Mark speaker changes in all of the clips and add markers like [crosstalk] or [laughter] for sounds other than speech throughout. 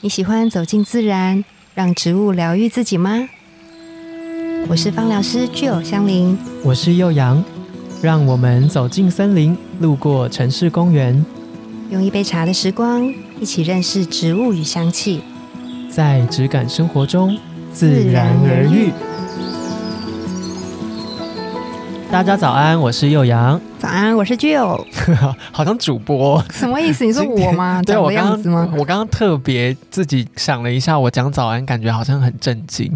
Speaker 1: 你喜欢走进自然，让植物疗愈自己吗？我是芳疗师具有香林，
Speaker 2: 我是幼阳，让我们走进森林，路过城市公园，
Speaker 1: 用一杯茶的时光，一起认识植物与香气。
Speaker 2: 在质感生活中自然而愈。大家早安，我是幼阳，
Speaker 1: 早安，我是具有，
Speaker 2: [laughs] 好像主播。
Speaker 1: 什么意思？你说
Speaker 2: 今天
Speaker 1: 我吗？
Speaker 2: [laughs] 对
Speaker 1: 长
Speaker 2: 我
Speaker 1: 的样
Speaker 2: 刚
Speaker 1: 子吗
Speaker 2: 刚，？我刚刚特别自己想了一下，我讲早安，感觉好像很震 [laughs] 惊，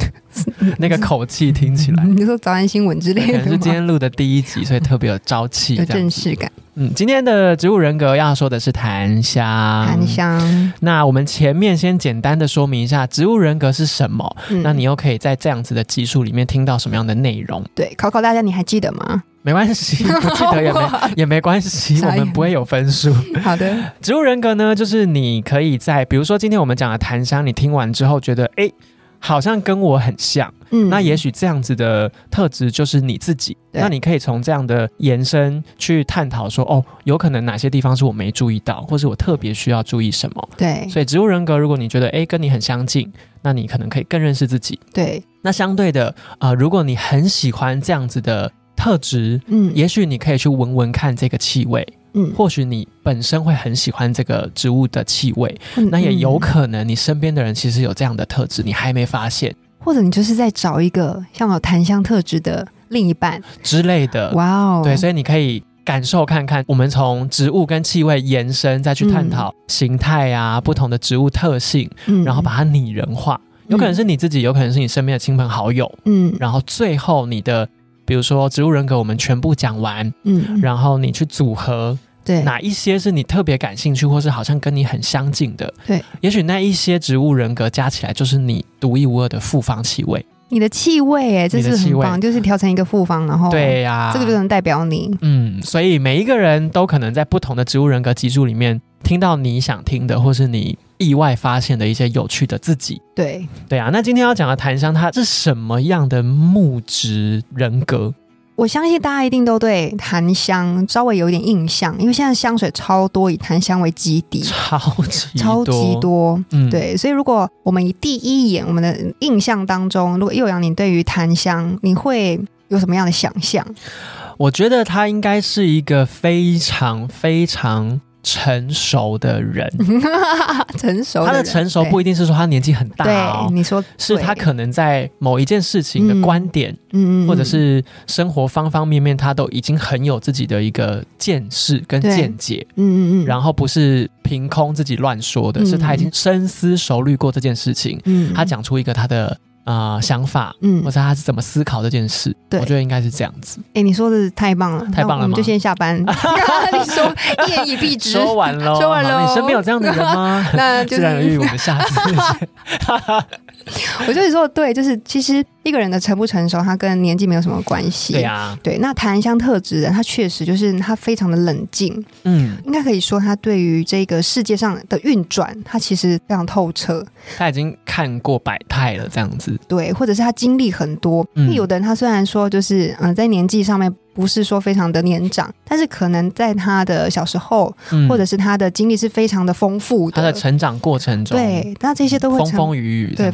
Speaker 2: 那个口气听起 [laughs]
Speaker 1: [laughs]
Speaker 2: 来，
Speaker 1: 你说早安新闻之类
Speaker 2: 可能
Speaker 1: 的
Speaker 2: 是今
Speaker 1: 吗？
Speaker 2: 天录的第一集，所以特别 [laughs] 有朝气，
Speaker 1: 有
Speaker 2: 这样
Speaker 1: 正
Speaker 2: 子
Speaker 1: 式感，
Speaker 2: 嗯，今天的植物人格要说的是檀香。
Speaker 1: 檀。香。
Speaker 2: 那我们前面先简单的说明一下植物人格是什么，
Speaker 1: 嗯
Speaker 2: 那你又可以在这样子的集数里面听到什么样的内容？
Speaker 1: 对考考大家，你还记得吗？
Speaker 2: 没关系，
Speaker 1: [laughs]
Speaker 2: 不记得也没也没关系，我
Speaker 1: 傻眼
Speaker 2: 们不会有分数。
Speaker 1: 好的，
Speaker 2: 植物人格呢，就是你可以在比如说今天我们讲的檀香，你听完之后觉得诶好像跟我很像，
Speaker 1: 嗯
Speaker 2: 那也许这样子的特质就是你自己。
Speaker 1: 对
Speaker 2: 那你可以从这样的延伸去探讨说，哦，有可能哪些地方是我没注意到，或是我特别需要注意什么。
Speaker 1: 对
Speaker 2: 所以植物人格，如果你觉得诶跟你很相近，那你可能可以更认识自己。
Speaker 1: 对，
Speaker 2: 那相对的，呃，如果你很喜欢这样子的特质，
Speaker 1: 嗯，
Speaker 2: 也许你可以去闻闻看这个气味，
Speaker 1: 嗯，
Speaker 2: 或许你本身会很喜欢这个植物的气味，
Speaker 1: 嗯
Speaker 2: 那也有
Speaker 1: 嗯
Speaker 2: 可能你身边的人其实有这样的特质，你还没发现
Speaker 1: 或者你就是在找一个像有檀香特质的另一半。
Speaker 2: 之类的。
Speaker 1: 哇哦，
Speaker 2: 对，所以你可以感受看看，我们从植物跟气味延伸，再去探讨形态啊、不同的植物特性，
Speaker 1: 嗯
Speaker 2: 然后把它拟人化。有可能是你自己，有可能是你身边的亲朋好友，
Speaker 1: 嗯
Speaker 2: 然后最后你的，比如说植物人格，我们全部讲完，
Speaker 1: 嗯，
Speaker 2: 然后你去组合
Speaker 1: 对
Speaker 2: 哪一些是你特别感兴趣，或是好像跟你很相近的。
Speaker 1: 对，
Speaker 2: 也许那一些植物人格加起来就是你独一无二的复方气味。
Speaker 1: 你的气味哎，这
Speaker 2: 你的
Speaker 1: 是
Speaker 2: 气
Speaker 1: 很
Speaker 2: 味
Speaker 1: 棒，就是调成一个复方，然后
Speaker 2: 对啊
Speaker 1: 哦
Speaker 2: 呀、
Speaker 1: 这个就能代表你。
Speaker 2: 嗯，所以每一个人都可能在不同的植物人格集数里面听到你想听的，或是你意外发现的一些有趣的自己。
Speaker 1: 对，
Speaker 2: 对啊，那今天要讲的檀香，它是什么样的木质人格？
Speaker 1: 我相信大家一定都对檀香稍微有一点印象，因为现在香水超多以檀香为基底，
Speaker 2: [laughs] 超级
Speaker 1: 超级
Speaker 2: 多，
Speaker 1: 多。
Speaker 2: 嗯，
Speaker 1: 对，所以如果我们以第一眼我们的印象当中，如果幼阳你对于檀香，你会有什么样的想象？ [laughs]
Speaker 2: 我觉得他应该是一个非常非常成熟的人。
Speaker 1: 成嗯熟人，
Speaker 2: 他的成熟不一定是说他年纪很大
Speaker 1: 对
Speaker 2: 哦
Speaker 1: 对，你说
Speaker 2: 是他可能在某一件事情
Speaker 1: 嗯
Speaker 2: 的观点，
Speaker 1: 嗯嗯嗯
Speaker 2: 或者是生活方方面面，他都已经很有自己的一个见识跟
Speaker 1: 对
Speaker 2: 见解，
Speaker 1: 嗯嗯嗯，
Speaker 2: 然后不是凭空自己乱说的，
Speaker 1: 嗯
Speaker 2: 是他已经深思熟虑过这件事情，
Speaker 1: 嗯
Speaker 2: 他讲出一个他的呃想法。
Speaker 1: 嗯
Speaker 2: 或者他是怎么思考这件事，
Speaker 1: 对
Speaker 2: 我觉得应该是这样子。
Speaker 1: 哎、你说的太棒了，
Speaker 2: 太棒
Speaker 1: 那我
Speaker 2: 了
Speaker 1: 们
Speaker 2: 吗
Speaker 1: 就先下
Speaker 2: [laughs]
Speaker 1: 班。你说一言以蔽之，
Speaker 2: 说完喽，
Speaker 1: 说完
Speaker 2: 好
Speaker 1: 喽
Speaker 2: 你身边有这样的人吗？
Speaker 1: [laughs] 那 [laughs] 就
Speaker 2: 自然而愈，
Speaker 1: 是
Speaker 2: 我们下次
Speaker 1: [laughs]
Speaker 2: 见。
Speaker 1: 我觉得你说的对，就是其实一个人的成不成熟，他跟年纪没有什么关系。
Speaker 2: 对啊，
Speaker 1: 对那檀香特质人，他确实就是他非常的冷静，
Speaker 2: 嗯，
Speaker 1: 应该可以说他对于这个世界上的运转，他其实非常透彻。
Speaker 2: 他已经看过百态了，这样子。
Speaker 1: 对，或者是他经历很多。
Speaker 2: 嗯
Speaker 1: 因为有的人他虽然说就是嗯、呃在年纪上面不是说非常的年长，但是可能在他的小时候，
Speaker 2: 嗯
Speaker 1: 或者是他的经历是非常的丰富的。
Speaker 2: 他的成长过程中，
Speaker 1: 对，那这些都会
Speaker 2: 风
Speaker 1: 成
Speaker 2: 风雨雨，
Speaker 1: 对，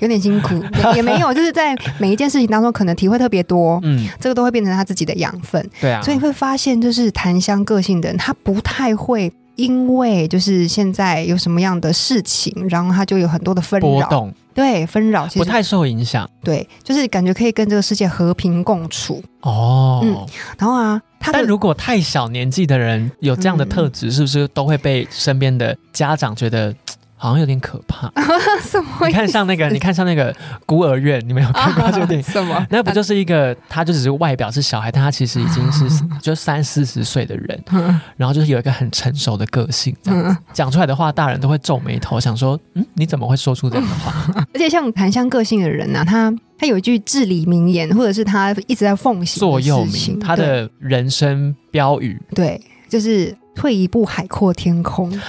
Speaker 1: 有点辛
Speaker 2: [laughs]
Speaker 1: 苦，也也没有，就是在每一件事情当中，可能体会特别多，
Speaker 2: 嗯，
Speaker 1: 这个都会变成他自己的养分。
Speaker 2: 对啊，
Speaker 1: 所以你会发现，就是檀香个性的人，他不太会因为就是现在有什么样的事情，然后他就有很多的纷
Speaker 2: 波
Speaker 1: 扰，
Speaker 2: 动
Speaker 1: 对纷扰，其
Speaker 2: 不
Speaker 1: 实
Speaker 2: 太受影响
Speaker 1: 对，就是感觉可以跟这个世界和平共处。
Speaker 2: 哦。
Speaker 1: 然后啊，他
Speaker 2: 但
Speaker 1: 的
Speaker 2: 如果太小年纪的人有这样的特质，是不是都会被身边的家长觉得嘖好像有点可
Speaker 1: [laughs]
Speaker 2: 怕？
Speaker 1: 什么
Speaker 2: 你看像那个，你看像那个孤儿院，你没有看过
Speaker 1: 啊
Speaker 2: 这
Speaker 1: [laughs]
Speaker 2: 个电影？
Speaker 1: 什么？
Speaker 2: 那不就是一个，他就只是外表是小孩，但他其实已
Speaker 1: [laughs]
Speaker 2: 经是就三四十岁的人，
Speaker 1: 嗯
Speaker 2: 然后就是有一个很成熟的个性，这样
Speaker 1: 嗯，
Speaker 2: 讲出来的话，大人都会皱眉头，想说，嗯，你怎么会说出这样
Speaker 1: 嗯
Speaker 2: 的话？
Speaker 1: 而且像檀香个性的人啊，他他有一句至理名言，或者是他一直在奉行
Speaker 2: 座
Speaker 1: 的
Speaker 2: 右
Speaker 1: 事情
Speaker 2: 铭，他的人生标语。
Speaker 1: [laughs] 对，就是退一步海阔天空，
Speaker 2: 天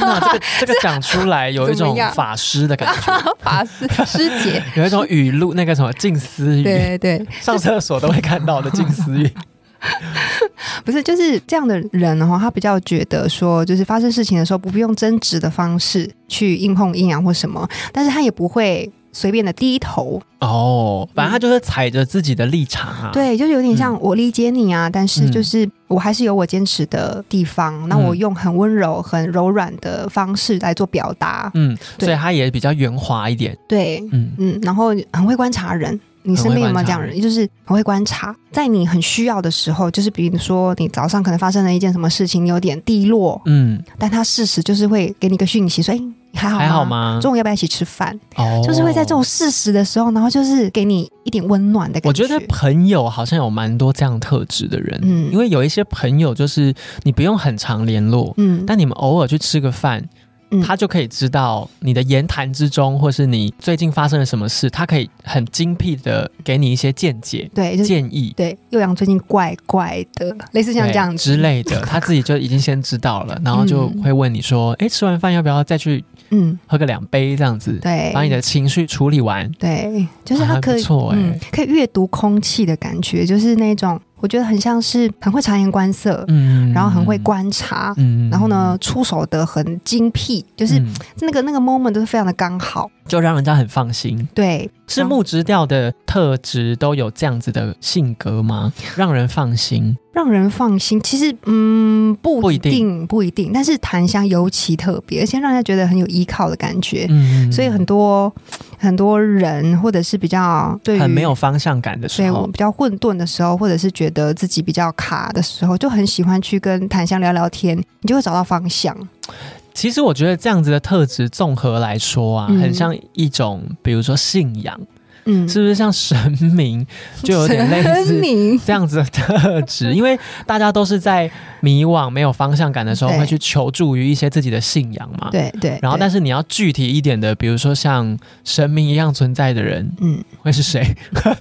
Speaker 2: 哪，这
Speaker 1: [laughs]
Speaker 2: 个这个讲出来有一
Speaker 1: 怎么
Speaker 2: 种
Speaker 1: 样
Speaker 2: 法师的感
Speaker 1: [laughs]
Speaker 2: 觉，
Speaker 1: [laughs] 法师师
Speaker 2: [laughs]
Speaker 1: 姐，
Speaker 2: 有一种语录，那个什么静思语，
Speaker 1: 对对， [laughs]
Speaker 2: 上厕所都会看到的静思语。
Speaker 1: 不是，就是这样的人哦，他比较觉得说，就是发生事情的时候，不必用争执的方式去硬碰硬啊或什么，但是他也不会随便的低头，
Speaker 2: 哦，反正他就是踩着自己的立场啊。，
Speaker 1: 对，就是有点像
Speaker 2: 嗯
Speaker 1: 我理解你啊，但是
Speaker 2: 嗯
Speaker 1: 就是我还是有我坚持的地方，那我
Speaker 2: 嗯
Speaker 1: 用很温柔、很柔软的方式来做表达，
Speaker 2: 嗯，
Speaker 1: 对
Speaker 2: 所以他也比较圆滑一点。
Speaker 1: 对，
Speaker 2: 嗯，
Speaker 1: 嗯，然后很会观察人。你身边有没有这样的人？就是很会观察，在你很需要的时候，就是比如说你早上可能发生了一件什么事情，你有点低落，
Speaker 2: 嗯，
Speaker 1: 但他事实就是会给你一个讯息，说：“哎、你还好
Speaker 2: 还好？吗？
Speaker 1: 中午要不要一起吃饭？”
Speaker 2: 哦，
Speaker 1: 就是会在这种。事实的时候，然后就是给你一点温暖的感
Speaker 2: 我觉得朋友好像有蛮多这样特质的人，
Speaker 1: 嗯
Speaker 2: 因为有一些朋友就是你不用很常联络，
Speaker 1: 嗯，
Speaker 2: 但你们偶尔去吃个饭，
Speaker 1: 嗯
Speaker 2: 他就可以知道你的言谈之中，或是你最近发生了什么事，他可以很精辟的给你一些见解、
Speaker 1: 对，就是
Speaker 2: 建议，
Speaker 1: 对，幼阳最近怪怪的，类似像
Speaker 2: 对
Speaker 1: 这样子
Speaker 2: 之，类
Speaker 1: [laughs]
Speaker 2: 的，他自己就已经先知道了，然后就
Speaker 1: 嗯
Speaker 2: 会问你说：“哎、吃完饭要不要再去
Speaker 1: 嗯，
Speaker 2: 喝个两杯？”这样子，
Speaker 1: 对，
Speaker 2: 把你的情绪处理完。
Speaker 1: 对，就是
Speaker 2: 啊
Speaker 1: 他
Speaker 2: 还
Speaker 1: 可
Speaker 2: 不
Speaker 1: 以，
Speaker 2: 错欸
Speaker 1: 嗯，可以阅读空气的感觉，就是那种我觉得很像是很会察言观色，
Speaker 2: 嗯
Speaker 1: 然后很会，观察，
Speaker 2: 嗯
Speaker 1: 然后呢，出手的很精辟，就是
Speaker 2: 嗯
Speaker 1: 那个、那个 moment 都是非常的刚好，
Speaker 2: 就让人家很放心。
Speaker 1: 对，
Speaker 2: 是木质调的特质都有这样子的性格吗？让人
Speaker 1: [laughs]
Speaker 2: 放心。
Speaker 1: 让人放心。其实，嗯，不
Speaker 2: 不
Speaker 1: 一
Speaker 2: 一定
Speaker 1: 定，不一定，但是檀香尤其特别，而且让人家觉得很有依靠的感觉。
Speaker 2: 嗯，
Speaker 1: 所以很多很多人，或者是比较对于
Speaker 2: 很没有方向感的
Speaker 1: 所以
Speaker 2: 时
Speaker 1: 我
Speaker 2: 候，
Speaker 1: 比较混沌的时候，或者是觉得自己比较卡的时候，就很喜欢去跟檀香聊聊天，你就会找到方向。
Speaker 2: 其实我觉得这样子的特质综合来说啊，
Speaker 1: 嗯
Speaker 2: 很像一种，比如说信仰，
Speaker 1: 嗯，
Speaker 2: 是不是像神
Speaker 1: [laughs]
Speaker 2: 明，就有点类似
Speaker 1: 神明
Speaker 2: 这样子的特
Speaker 1: [laughs]
Speaker 2: 质，因为大家都是在迷惘、没有方向感的时候，
Speaker 1: 对
Speaker 2: 会去求助于一些自己的信仰嘛。。
Speaker 1: 对对。
Speaker 2: 然后，
Speaker 1: 对
Speaker 2: 但是你要具体一点的，比如说像神明一样存在的人，
Speaker 1: 嗯，
Speaker 2: 会是谁？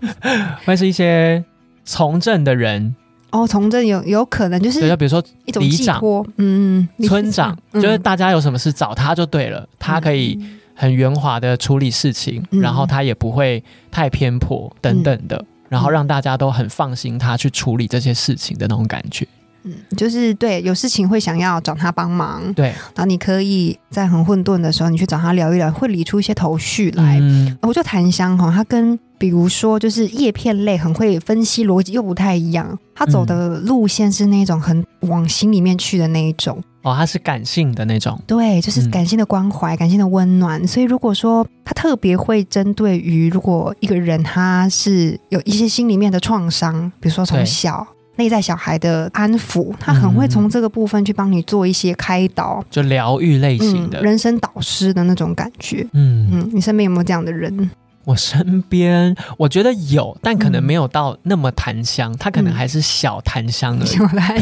Speaker 2: [laughs] 会是一些从政的人，
Speaker 1: 哦，从政有有可能就
Speaker 2: 对，
Speaker 1: 是
Speaker 2: 就比如说
Speaker 1: 一种
Speaker 2: 里
Speaker 1: 寄
Speaker 2: 长
Speaker 1: 托，嗯，嗯
Speaker 2: 村长，就是大家有什么事找他就对了，他可以，很圆滑的处理事情，
Speaker 1: 嗯
Speaker 2: 然后他也不会太偏颇等等的，然后让大家都很放心他去处理这些事情的那种感觉。
Speaker 1: 嗯嗯就是对有事情会想要找他帮忙，
Speaker 2: 对，
Speaker 1: 然后你可以在很混沌的时候，你去找他聊一聊，会理出一些头绪来。
Speaker 2: 嗯
Speaker 1: 我就檀香哈，它跟比如说就是叶片类很会分析逻辑又不太一样，它走的
Speaker 2: 嗯
Speaker 1: 路线是那种很往心里面去的那一种，
Speaker 2: 哦，他是感性的那种，
Speaker 1: 对，就是感性的关怀、感性的温暖。所以如果说它特别会针对于如果一个人他是有一些心里面的创伤，比如说从
Speaker 2: 对
Speaker 1: 小。内在小孩的安抚，他很会从这个部分去帮你做一些开导，
Speaker 2: 就疗愈类型
Speaker 1: 嗯，
Speaker 2: 的。
Speaker 1: 人生导师的那种感觉。
Speaker 2: 嗯，
Speaker 1: 嗯，你身边有没有这样的人？
Speaker 2: 我身边我觉得有，但可能没有到那么檀香，他可
Speaker 1: 嗯
Speaker 2: 能还是小檀香
Speaker 1: [laughs]
Speaker 2: 而已。
Speaker 1: 小来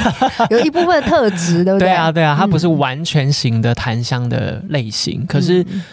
Speaker 1: 有一部分的特质，对不
Speaker 2: 对
Speaker 1: 对
Speaker 2: 啊，，对啊，它不是
Speaker 1: 嗯
Speaker 2: 完全型的檀香的类型，可是
Speaker 1: 嗯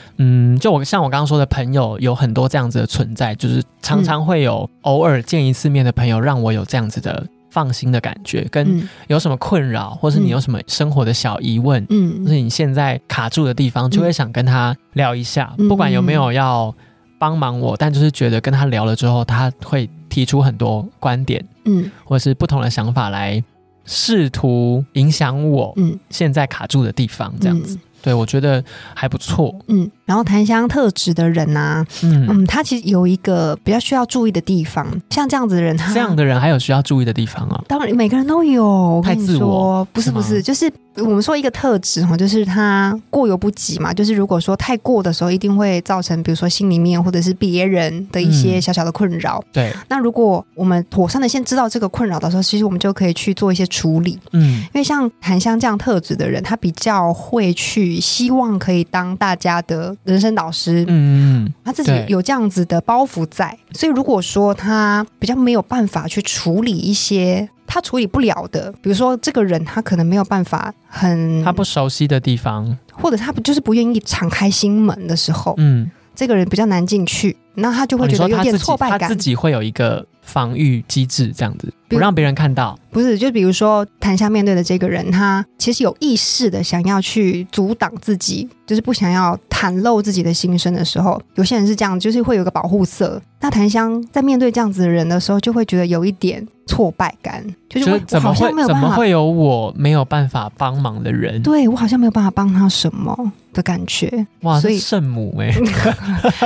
Speaker 2: 嗯，就我像我刚刚说的，朋友有很多这样子的存在，就是
Speaker 1: 嗯
Speaker 2: 常常会有偶尔见一次面的朋友，让我有这样子的放心的感觉，跟
Speaker 1: 嗯
Speaker 2: 有什么困扰，或是你有什么生活的小疑问，或
Speaker 1: 嗯
Speaker 2: 是你现在卡住的地方，就会想跟他聊一下，
Speaker 1: 嗯
Speaker 2: 不管有没有要帮忙我，但就是觉得跟他聊了之后，他会提出很多观点
Speaker 1: 嗯
Speaker 2: 或是不同的想法来试图影响我
Speaker 1: 嗯，
Speaker 2: 现在卡住的地方，这样子，对我觉得还不错，
Speaker 1: 嗯，然后檀香特质的人呐、
Speaker 2: 嗯
Speaker 1: 嗯，他其实有一个比较需要注意的地方，像这样子的人，他啊
Speaker 2: 这样的人还有需要注意的地方啊。
Speaker 1: 当然每个人都有，我
Speaker 2: 太
Speaker 1: 跟你
Speaker 2: 自
Speaker 1: 说
Speaker 2: 我，
Speaker 1: 不是
Speaker 2: 是
Speaker 1: 不
Speaker 2: 吗
Speaker 1: 是，就是我们说一个特质哈，就是他过犹不及嘛，就是如果说太过的时候，一定会造成比如说心里面或者是别人的一些
Speaker 2: 嗯
Speaker 1: 小小的困扰。
Speaker 2: 对，
Speaker 1: 那如果我们妥善的先知道这个困扰的时候，其实我们就可以去做一些处理。
Speaker 2: 嗯，
Speaker 1: 因为像檀香这样特质的人，他比较会去希望可以当大家的人生导师，
Speaker 2: 嗯，
Speaker 1: 他自己
Speaker 2: 对
Speaker 1: 有这样子的包袱在，所以如果说他比较没有办法去处理一些他处理不了的，比如说这个人他可能没有办法很，
Speaker 2: 他不熟悉的地方，
Speaker 1: 或者他不就是不愿意敞开心门的时候，
Speaker 2: 嗯，
Speaker 1: 这个人比较难进去，那他就
Speaker 2: 哦
Speaker 1: 会
Speaker 2: 你
Speaker 1: 觉
Speaker 2: 说
Speaker 1: 得有
Speaker 2: 他
Speaker 1: 点
Speaker 2: 自己
Speaker 1: 挫败
Speaker 2: 他
Speaker 1: 感
Speaker 2: 自。己会有一个防御机制，这样子，
Speaker 1: 比
Speaker 2: 不
Speaker 1: 如
Speaker 2: 让别人看到。
Speaker 1: 不是，就比如说谈下面对的这个人，他其实有意识的想要去阻挡自己，就是不想要袒露自己的心声的时候，有些人是这样，就是会有一个保护色。那檀香在面对这样子的人的时候，就会觉得有一点挫败感，就
Speaker 2: 就是
Speaker 1: 我
Speaker 2: 是
Speaker 1: 我
Speaker 2: 怎么
Speaker 1: 好像没
Speaker 2: 会
Speaker 1: 有
Speaker 2: 怎
Speaker 1: 办
Speaker 2: 么
Speaker 1: 法，
Speaker 2: 会有我没有办法帮忙的人？
Speaker 1: 对我好像没有办法帮他什么的感觉。
Speaker 2: 哇，
Speaker 1: 所
Speaker 2: 是
Speaker 1: 以
Speaker 2: 圣母哎、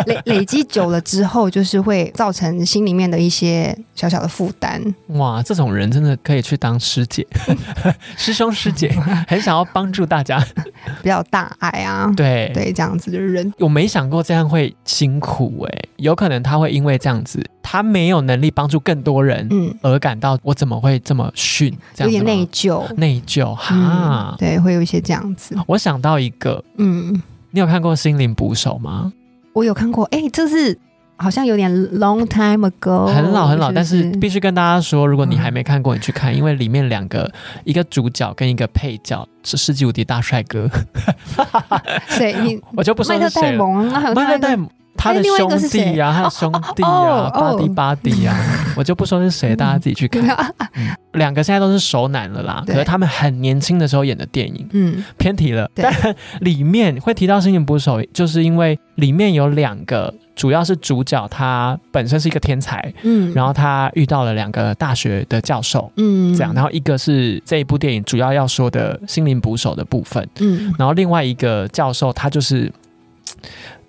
Speaker 1: 累累积久了之后，就是会造成心里面的一些小小的负担。
Speaker 2: 哇，这种人真的可以去当师姐、 [laughs] 师兄、师
Speaker 1: [laughs]
Speaker 2: 姐，很想要帮助大家。
Speaker 1: 比较大爱啊，
Speaker 2: 对，
Speaker 1: 对，这样子的人，
Speaker 2: 我没想过这样会辛苦哎、有可能他会因为这样子，他没有能力帮助更多人，
Speaker 1: 嗯，
Speaker 2: 而感到我怎么会这么逊，这
Speaker 1: 有
Speaker 2: 样
Speaker 1: 点
Speaker 2: 子
Speaker 1: 内
Speaker 2: 吗
Speaker 1: 疚，
Speaker 2: 内疚哈
Speaker 1: 嗯，。对，会有一些这样子，
Speaker 2: 我想到一个，
Speaker 1: 嗯，
Speaker 2: 你有看过《心灵捕手》吗？
Speaker 1: 我有看过，哎、这是好像有点 long time ago，
Speaker 2: 很老很老，
Speaker 1: 不
Speaker 2: 但哦是必须跟大家说，如果你
Speaker 1: 嗯
Speaker 2: 还没看过，你去看，因为里面两个，一个主角跟一个配角是世纪无敌大帅哥， [laughs]
Speaker 1: 谁你
Speaker 2: 我就不说
Speaker 1: 麦
Speaker 2: 是
Speaker 1: 特
Speaker 2: 谁
Speaker 1: 戴
Speaker 2: 了。
Speaker 1: 蒙，那还有
Speaker 2: 麦
Speaker 1: 另外
Speaker 2: 特戴
Speaker 1: 一个
Speaker 2: 蒙哦他
Speaker 1: 哎
Speaker 2: 的
Speaker 1: 另外一
Speaker 2: 兄
Speaker 1: 个是
Speaker 2: 弟呀、他的兄弟呀、
Speaker 1: 哦哦
Speaker 2: 巴迪巴迪呀，我就不说是谁，大家自己去看。两个现在都是熟男了啦，可
Speaker 1: 对
Speaker 2: 是他们很年轻的时候演的电影，
Speaker 1: 嗯
Speaker 2: 偏题了。
Speaker 1: 对
Speaker 2: 但里面会提到《心灵捕手》，就是因为里面有两个，主要是主角他本身是一个天才，
Speaker 1: 嗯，
Speaker 2: 然
Speaker 1: 后
Speaker 2: 后他遇到了两个大学的教授，
Speaker 1: 嗯
Speaker 2: 这样，然后一个是这一部电影主要要说的心灵捕手的部分，
Speaker 1: 嗯
Speaker 2: 然后另外一个教授他就是嘖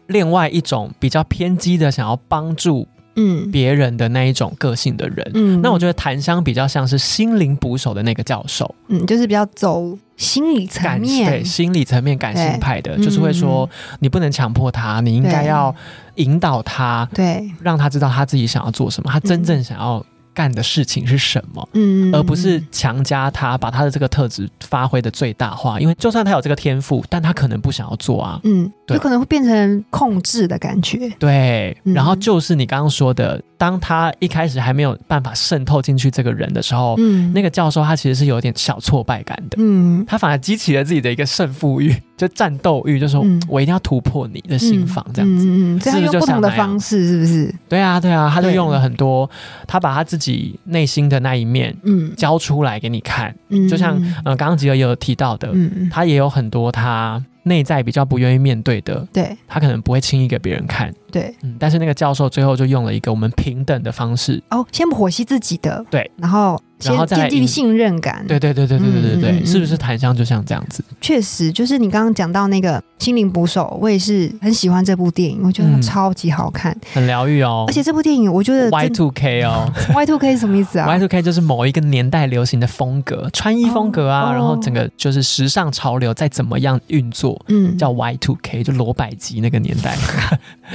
Speaker 2: 另外一种比较偏激的想要帮助
Speaker 1: 嗯
Speaker 2: 别人的那一种个性的人。
Speaker 1: 嗯，
Speaker 2: 那我觉得檀香比较像是心灵捕手的那个教授，
Speaker 1: 嗯就是比较走心理层
Speaker 2: 感对
Speaker 1: 面，
Speaker 2: 心理层面感性派的，
Speaker 1: 对嗯
Speaker 2: 就是会说你不能强迫他，你应该要引导他，
Speaker 1: 对，
Speaker 2: 让他知道他自己想要做什么，他真正想要干的事情是什么。
Speaker 1: 嗯，
Speaker 2: 而不是强加他把他的这个特质发挥的最大化。因为就算他有这个天赋，但他可能不想要做啊。
Speaker 1: 嗯，
Speaker 2: 对
Speaker 1: 有可能会变成控制的感觉，
Speaker 2: 对，
Speaker 1: 嗯
Speaker 2: 然后就是你刚刚说的，当他一开始还没有办法渗透进去这个人的时候，
Speaker 1: 嗯，
Speaker 2: 那个教授他其实是有点小挫败感的，
Speaker 1: 嗯
Speaker 2: 他反而激起了自己的一个胜负欲， [laughs] 就战斗欲，就说、
Speaker 1: 嗯
Speaker 2: 我一定要突破你的心房这样子。
Speaker 1: 嗯嗯嗯，所以他
Speaker 2: 是不是
Speaker 1: 用
Speaker 2: 就
Speaker 1: 不
Speaker 2: 像
Speaker 1: 同的
Speaker 2: 那样
Speaker 1: 方式，是不是？
Speaker 2: 对啊，对啊，他就
Speaker 1: 对
Speaker 2: 用了很多，他把他自己内心的那一面
Speaker 1: 嗯
Speaker 2: 交出来给你看。
Speaker 1: 嗯，
Speaker 2: 就像
Speaker 1: 嗯
Speaker 2: 呃，刚刚吉儿也有提到的，
Speaker 1: 嗯，
Speaker 2: 他也有很多他内在比较不愿意面对的，
Speaker 1: 对
Speaker 2: 他可能不会轻易给别人看。
Speaker 1: 对。
Speaker 2: 嗯，但是那个教授最后就用了一个我们平等的方式。
Speaker 1: 哦，先剖析自己的，
Speaker 2: 对，
Speaker 1: 然后
Speaker 2: 然后
Speaker 1: 先
Speaker 2: 再来
Speaker 1: 建立
Speaker 2: 引
Speaker 1: 信任感，
Speaker 2: 对，对对对对对对
Speaker 1: 嗯
Speaker 2: 对，
Speaker 1: 嗯嗯嗯
Speaker 2: 是不是檀香就像这样子？
Speaker 1: 确实就是你刚刚讲到那个心灵捕手，我也是很喜欢这部电影，我觉得它
Speaker 2: 嗯
Speaker 1: 超级好看，
Speaker 2: 很疗愈哦。
Speaker 1: 而且这部电影我觉得
Speaker 2: Y two K 哦
Speaker 1: Y two K 什么意思
Speaker 2: [laughs] ，Y
Speaker 1: 啊？
Speaker 2: two K 就是某一个年代流行的风格，穿衣风格啊，
Speaker 1: 哦
Speaker 2: 然后整个就是时尚潮流在怎么样运作。
Speaker 1: 嗯，
Speaker 2: 叫 Y two K，就罗百吉那个年
Speaker 1: [laughs]
Speaker 2: 代，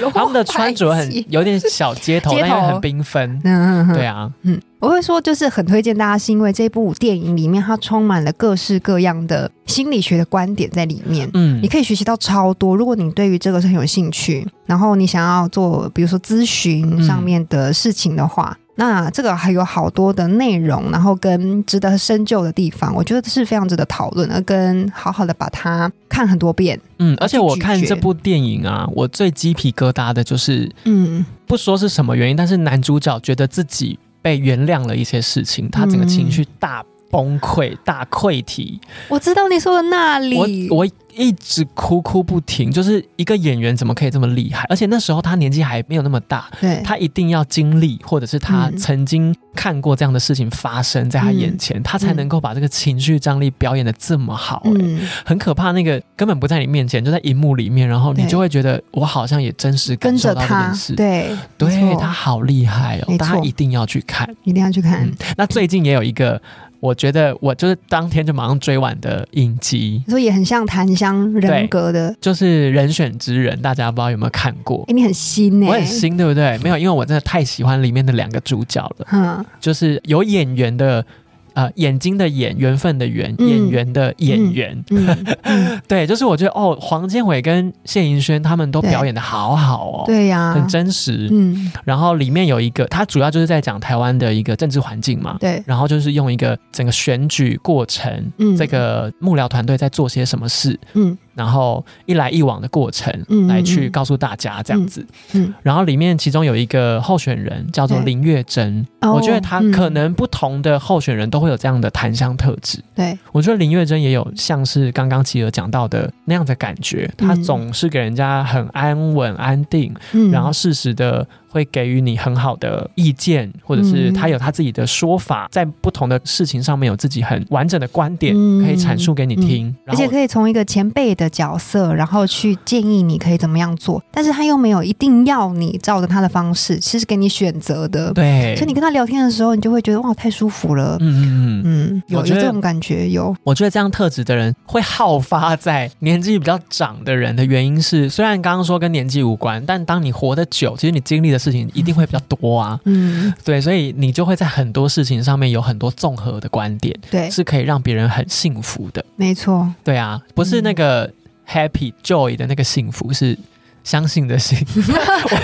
Speaker 1: 罗
Speaker 2: 他们的穿
Speaker 1: [laughs]
Speaker 2: 着
Speaker 1: 百吉
Speaker 2: 很有点小
Speaker 1: [laughs]
Speaker 2: 街头，
Speaker 1: 街头
Speaker 2: 但又很缤纷。
Speaker 1: 嗯，嗯
Speaker 2: 对
Speaker 1: 嗯
Speaker 2: 啊，
Speaker 1: 嗯，我会说就是很推荐大家，是因为这部电影里面它充满了各式各样的心理学的观点在里面。
Speaker 2: 嗯
Speaker 1: 你，可以学习到超多。如果你对于这个是很有兴趣，然后你想要做，比如说咨询上面的事情的
Speaker 2: 嗯
Speaker 1: 话，那这个还有好多的内容，然后跟值得深究的地方，我觉得是非常值得讨论，而跟好好的把它看很多遍。
Speaker 2: 嗯，
Speaker 1: 要
Speaker 2: 而且
Speaker 1: 去
Speaker 2: 我
Speaker 1: 咀
Speaker 2: 看
Speaker 1: 嚼
Speaker 2: 这部电影啊，我最鸡皮疙瘩的就是
Speaker 1: 嗯，
Speaker 2: 不说是什么原因，但是男主角觉得自己被原谅了一些事情，他整个情绪大崩溃、大溃体。
Speaker 1: 我知道你说的那
Speaker 2: 我
Speaker 1: 里，
Speaker 2: 我一直哭哭不停，就是一个演员怎么可以这么厉害？而且那时候他年纪还没有那么大，
Speaker 1: 对，
Speaker 2: 他一定要经历，或者是他
Speaker 1: 嗯
Speaker 2: 曾经看过这样的事情发生在他眼前，他才能够把这个情绪张力表演的这么好、欸。
Speaker 1: 嗯，
Speaker 2: 很可怕，那个根本不在你面前，就在荧幕里面，然后你
Speaker 1: 对
Speaker 2: 就会觉得我好像也真实
Speaker 1: 跟
Speaker 2: 感受
Speaker 1: 着
Speaker 2: 到这件
Speaker 1: 他
Speaker 2: 事。，
Speaker 1: 对，没
Speaker 2: 对
Speaker 1: 错
Speaker 2: 他好厉害哦，
Speaker 1: 没
Speaker 2: 大家
Speaker 1: 错
Speaker 2: 一定要去看。
Speaker 1: 一定要去看。
Speaker 2: 嗯，那最近也有一个，我觉得我就是当天就马上追完的影集，
Speaker 1: 你说也很像檀香人格的，
Speaker 2: 就是《人选之人》，大家不知道有没有看过
Speaker 1: 哎、？你很新呢、
Speaker 2: 我很新，对不对？没有，因为我真的太喜欢里面的两个主角了，
Speaker 1: 嗯，
Speaker 2: 就是有演员的。呃，眼睛的眼，缘分的缘，
Speaker 1: 嗯
Speaker 2: 演员的演员，
Speaker 1: 嗯嗯，
Speaker 2: 对，就是我觉得哦，黄建伟跟谢盈萱他们都
Speaker 1: 对
Speaker 2: 表演的好好 [laughs] 哦，
Speaker 1: 对呀、
Speaker 2: 很真实。
Speaker 1: 嗯，
Speaker 2: 然后里面有一个，他主要就是在讲台湾的一个政治环境嘛，
Speaker 1: 对，
Speaker 2: 然后就是用一个整个选举过程，
Speaker 1: 嗯
Speaker 2: 这个幕僚团队在做些什么事，
Speaker 1: 嗯
Speaker 2: 然后一来一往的过程
Speaker 1: 嗯嗯
Speaker 2: 来去
Speaker 1: 嗯
Speaker 2: 告诉大家这样子。
Speaker 1: 嗯
Speaker 2: 然后里面其中有一个候选人叫做
Speaker 1: 对
Speaker 2: 林月珍，
Speaker 1: 哦
Speaker 2: 我觉得她
Speaker 1: 嗯
Speaker 2: 可能不同的候选人都会有这样的檀香特质。
Speaker 1: 对，
Speaker 2: 我觉得林月珍也有像是刚刚琪儿讲到的那样的感觉，她
Speaker 1: 嗯
Speaker 2: 总是给人家很安稳、安定，
Speaker 1: 嗯
Speaker 2: 然后适时的会给予你很好的意见，或者是
Speaker 1: 嗯
Speaker 2: 她有她自己的说法，在不同的事情上面有自己很完整的观点，
Speaker 1: 嗯
Speaker 2: 可以阐述给你听。
Speaker 1: 而
Speaker 2: 然后
Speaker 1: 且可以从一个前辈的角色，然后去建议你可以怎么样做，但是他又没有一定要你照着他的方式，其实给你选择的。
Speaker 2: 对，
Speaker 1: 所以你跟他聊天的时候，你就会觉得哇，太舒服了。
Speaker 2: 嗯嗯嗯，
Speaker 1: 嗯，有
Speaker 2: 我
Speaker 1: 有
Speaker 2: 觉得
Speaker 1: 这种感觉，有
Speaker 2: 我觉得这样特质的人会好发在年纪比较长的人的原因是，虽然刚刚说跟年纪无关，但当你活得久，其实你经历的事情一定会比较多啊。
Speaker 1: 嗯，
Speaker 2: 对，所以你就会在很多事情上面有很多综合的观点，
Speaker 1: 对，
Speaker 2: 是可以让别人很幸福的。
Speaker 1: 没
Speaker 2: [laughs]
Speaker 1: 错，
Speaker 2: 对啊，不是那个 happy joy 的那个幸福，是相信的幸福。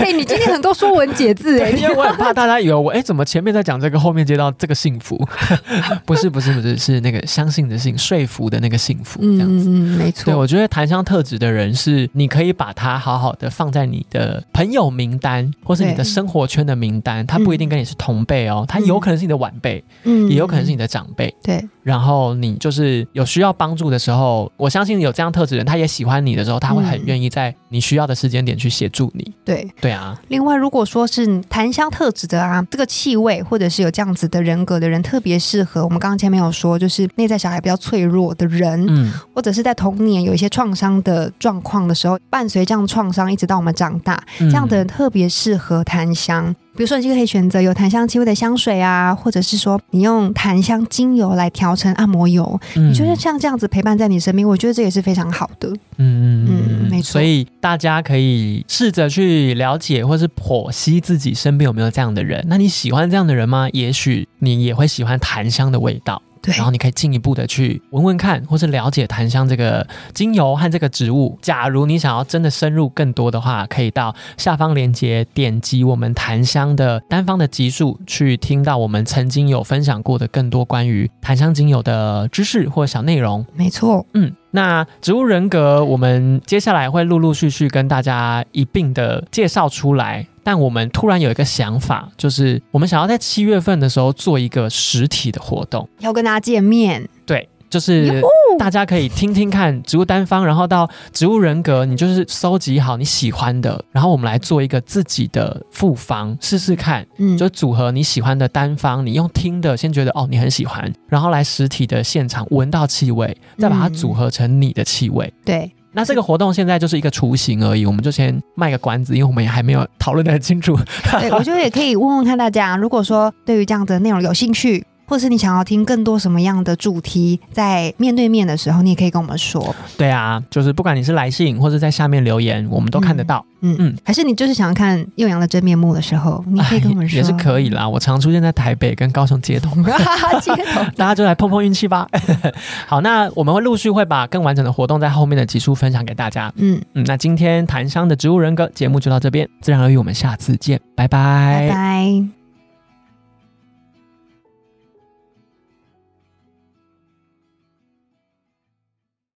Speaker 1: 哎、你今天很多说文解字哎、
Speaker 2: [laughs] 因为我很怕大家以为我哎、怎么前面在讲这个，后面接到这个幸福？ [laughs] 不是，不是，不是，是那个相信的信，说服的那个幸福，这
Speaker 1: 嗯
Speaker 2: 样子。
Speaker 1: 嗯嗯，没
Speaker 2: 对，
Speaker 1: 错，
Speaker 2: 我觉得檀香特质的人是，你可以把它好好的放在你的朋友名单，或是你的
Speaker 1: 对
Speaker 2: 生活圈的名单。他不一定跟你是同辈哦，他
Speaker 1: 嗯
Speaker 2: 有可能是你的晚辈，
Speaker 1: 嗯
Speaker 2: 也有可能是你的长辈。
Speaker 1: 对，
Speaker 2: 然后你就是有需要帮助的时候，我相信有这样特质的人，他也喜欢你的时候，他会很
Speaker 1: 嗯
Speaker 2: 愿意在你需要的时间点去协助你。
Speaker 1: 对。
Speaker 2: 对啊，
Speaker 1: 另外，如果说是檀香特质的啊，这个气味或者是有这样子的人格的人，特别适合我们刚刚前面有说，就是内在小孩比较脆弱的人，
Speaker 2: 嗯，
Speaker 1: 或者是在童年有一些创伤的状况的时候，伴随这样的创伤一直到我们长大，
Speaker 2: 这
Speaker 1: 这样的人特别适合檀香。比如说，你就可以选择有檀香气味的香水啊，或者是说你用檀香精油来调成按摩油。
Speaker 2: 你
Speaker 1: 你觉得像这样子陪伴在你身边，我觉得这也是非常好的。
Speaker 2: 嗯嗯
Speaker 1: 嗯没错
Speaker 2: 所以大家可以试着去了解或是剖析自己身边有没有这样的人。那你喜欢这样的人吗？也许你也会喜欢檀香的味道，
Speaker 1: 对，
Speaker 2: 然后你可以进一步的去闻闻看，或是了解檀香这个精油和这个植物。假如你想要真的深入更多的话，可以到下方链接点击我们檀香的单方的集数，去听到我们曾经有分享过的更多关于檀香精油的知识或小内容。
Speaker 1: 没错，
Speaker 2: 嗯，那植物人格，我们接下来会陆陆续续跟大家一并的介绍出来。但我们突然有一个想法，就是我们想要在七月份的时候做一个实体的活动，
Speaker 1: 要跟大家见面，
Speaker 2: 对，就是大家可以听听看植物单方，然后到植物人格，你就是收集好你喜欢的，然后我们来做一个自己的复方试试看，
Speaker 1: 嗯，
Speaker 2: 就组合你喜欢的单方，你用听的先觉得哦你很喜欢，然后来实体的现场闻到气味，再把它
Speaker 1: 嗯
Speaker 2: 组合成你的气味。
Speaker 1: 对，
Speaker 2: 那这个活动现在就是一个雏形而已，我们就先卖个关子，因为我们也还没有讨论的很清楚。
Speaker 1: [laughs] 对，我觉得也可以问问看大家，如果说对于这样的内容有兴趣，或是你想要听更多什么样的主题，在面对面的时候，你也可以跟我们说。
Speaker 2: 对啊， [laughs] 就是不管你是来信或者在下面留言，我们都看得到，
Speaker 1: 嗯
Speaker 2: 嗯
Speaker 1: 嗯，还是你就是想要看幼阳的真面目的时候，你可以跟我们说，
Speaker 2: 哎 [laughs] 也是
Speaker 1: [laughs]
Speaker 2: 可以。啦。我常出现在台北跟高雄街头，
Speaker 1: 街头，
Speaker 2: 大家就来碰碰运气吧。 [laughs] 好，那我们会陆续会把更完整的活动在后面的集数分享给大家。
Speaker 1: 嗯，
Speaker 2: 嗯，那今天檀香的植物人格节目就到这边，自然而语，我们下次见，拜
Speaker 1: 拜
Speaker 2: 拜
Speaker 1: 拜。